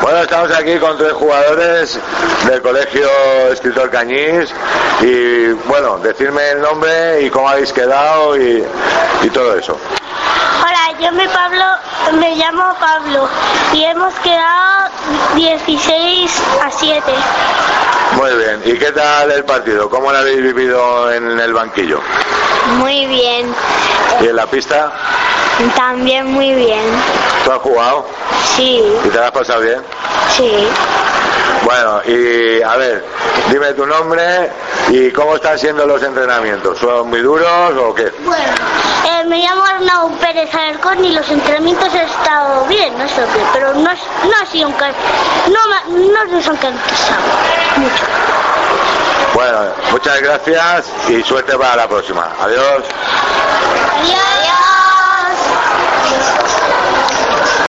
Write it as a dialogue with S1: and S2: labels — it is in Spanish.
S1: Ahora estamos aquí con tres jugadores del colegio Escritor Cañiz y bueno, decirme el nombre y cómo habéis quedado y, y todo eso.
S2: Hola, yo me Pablo, me llamo Pablo y hemos quedado 16 a 7.
S1: Muy bien, ¿y qué tal el partido? ¿Cómo lo habéis vivido en el banquillo?
S2: Muy bien,
S1: ¿Y en la pista?
S2: también muy bien.
S1: ¿Tú has jugado?
S2: Sí,
S1: ¿Y te lo has pasado bien?
S2: sí.
S1: Bueno, y a ver, dime tu nombre y cómo están siendo los entrenamientos. ¿Son muy duros o qué?
S2: Bueno, eh, me llamo Arnau Pérez Alarcón y los entrenamientos han estado bien, no sé qué, pero no, es- no ha sido un can- no, ma- no nos han cansado mucho.
S1: Bueno, muchas gracias y suerte para la próxima. Adiós.
S2: Adiós.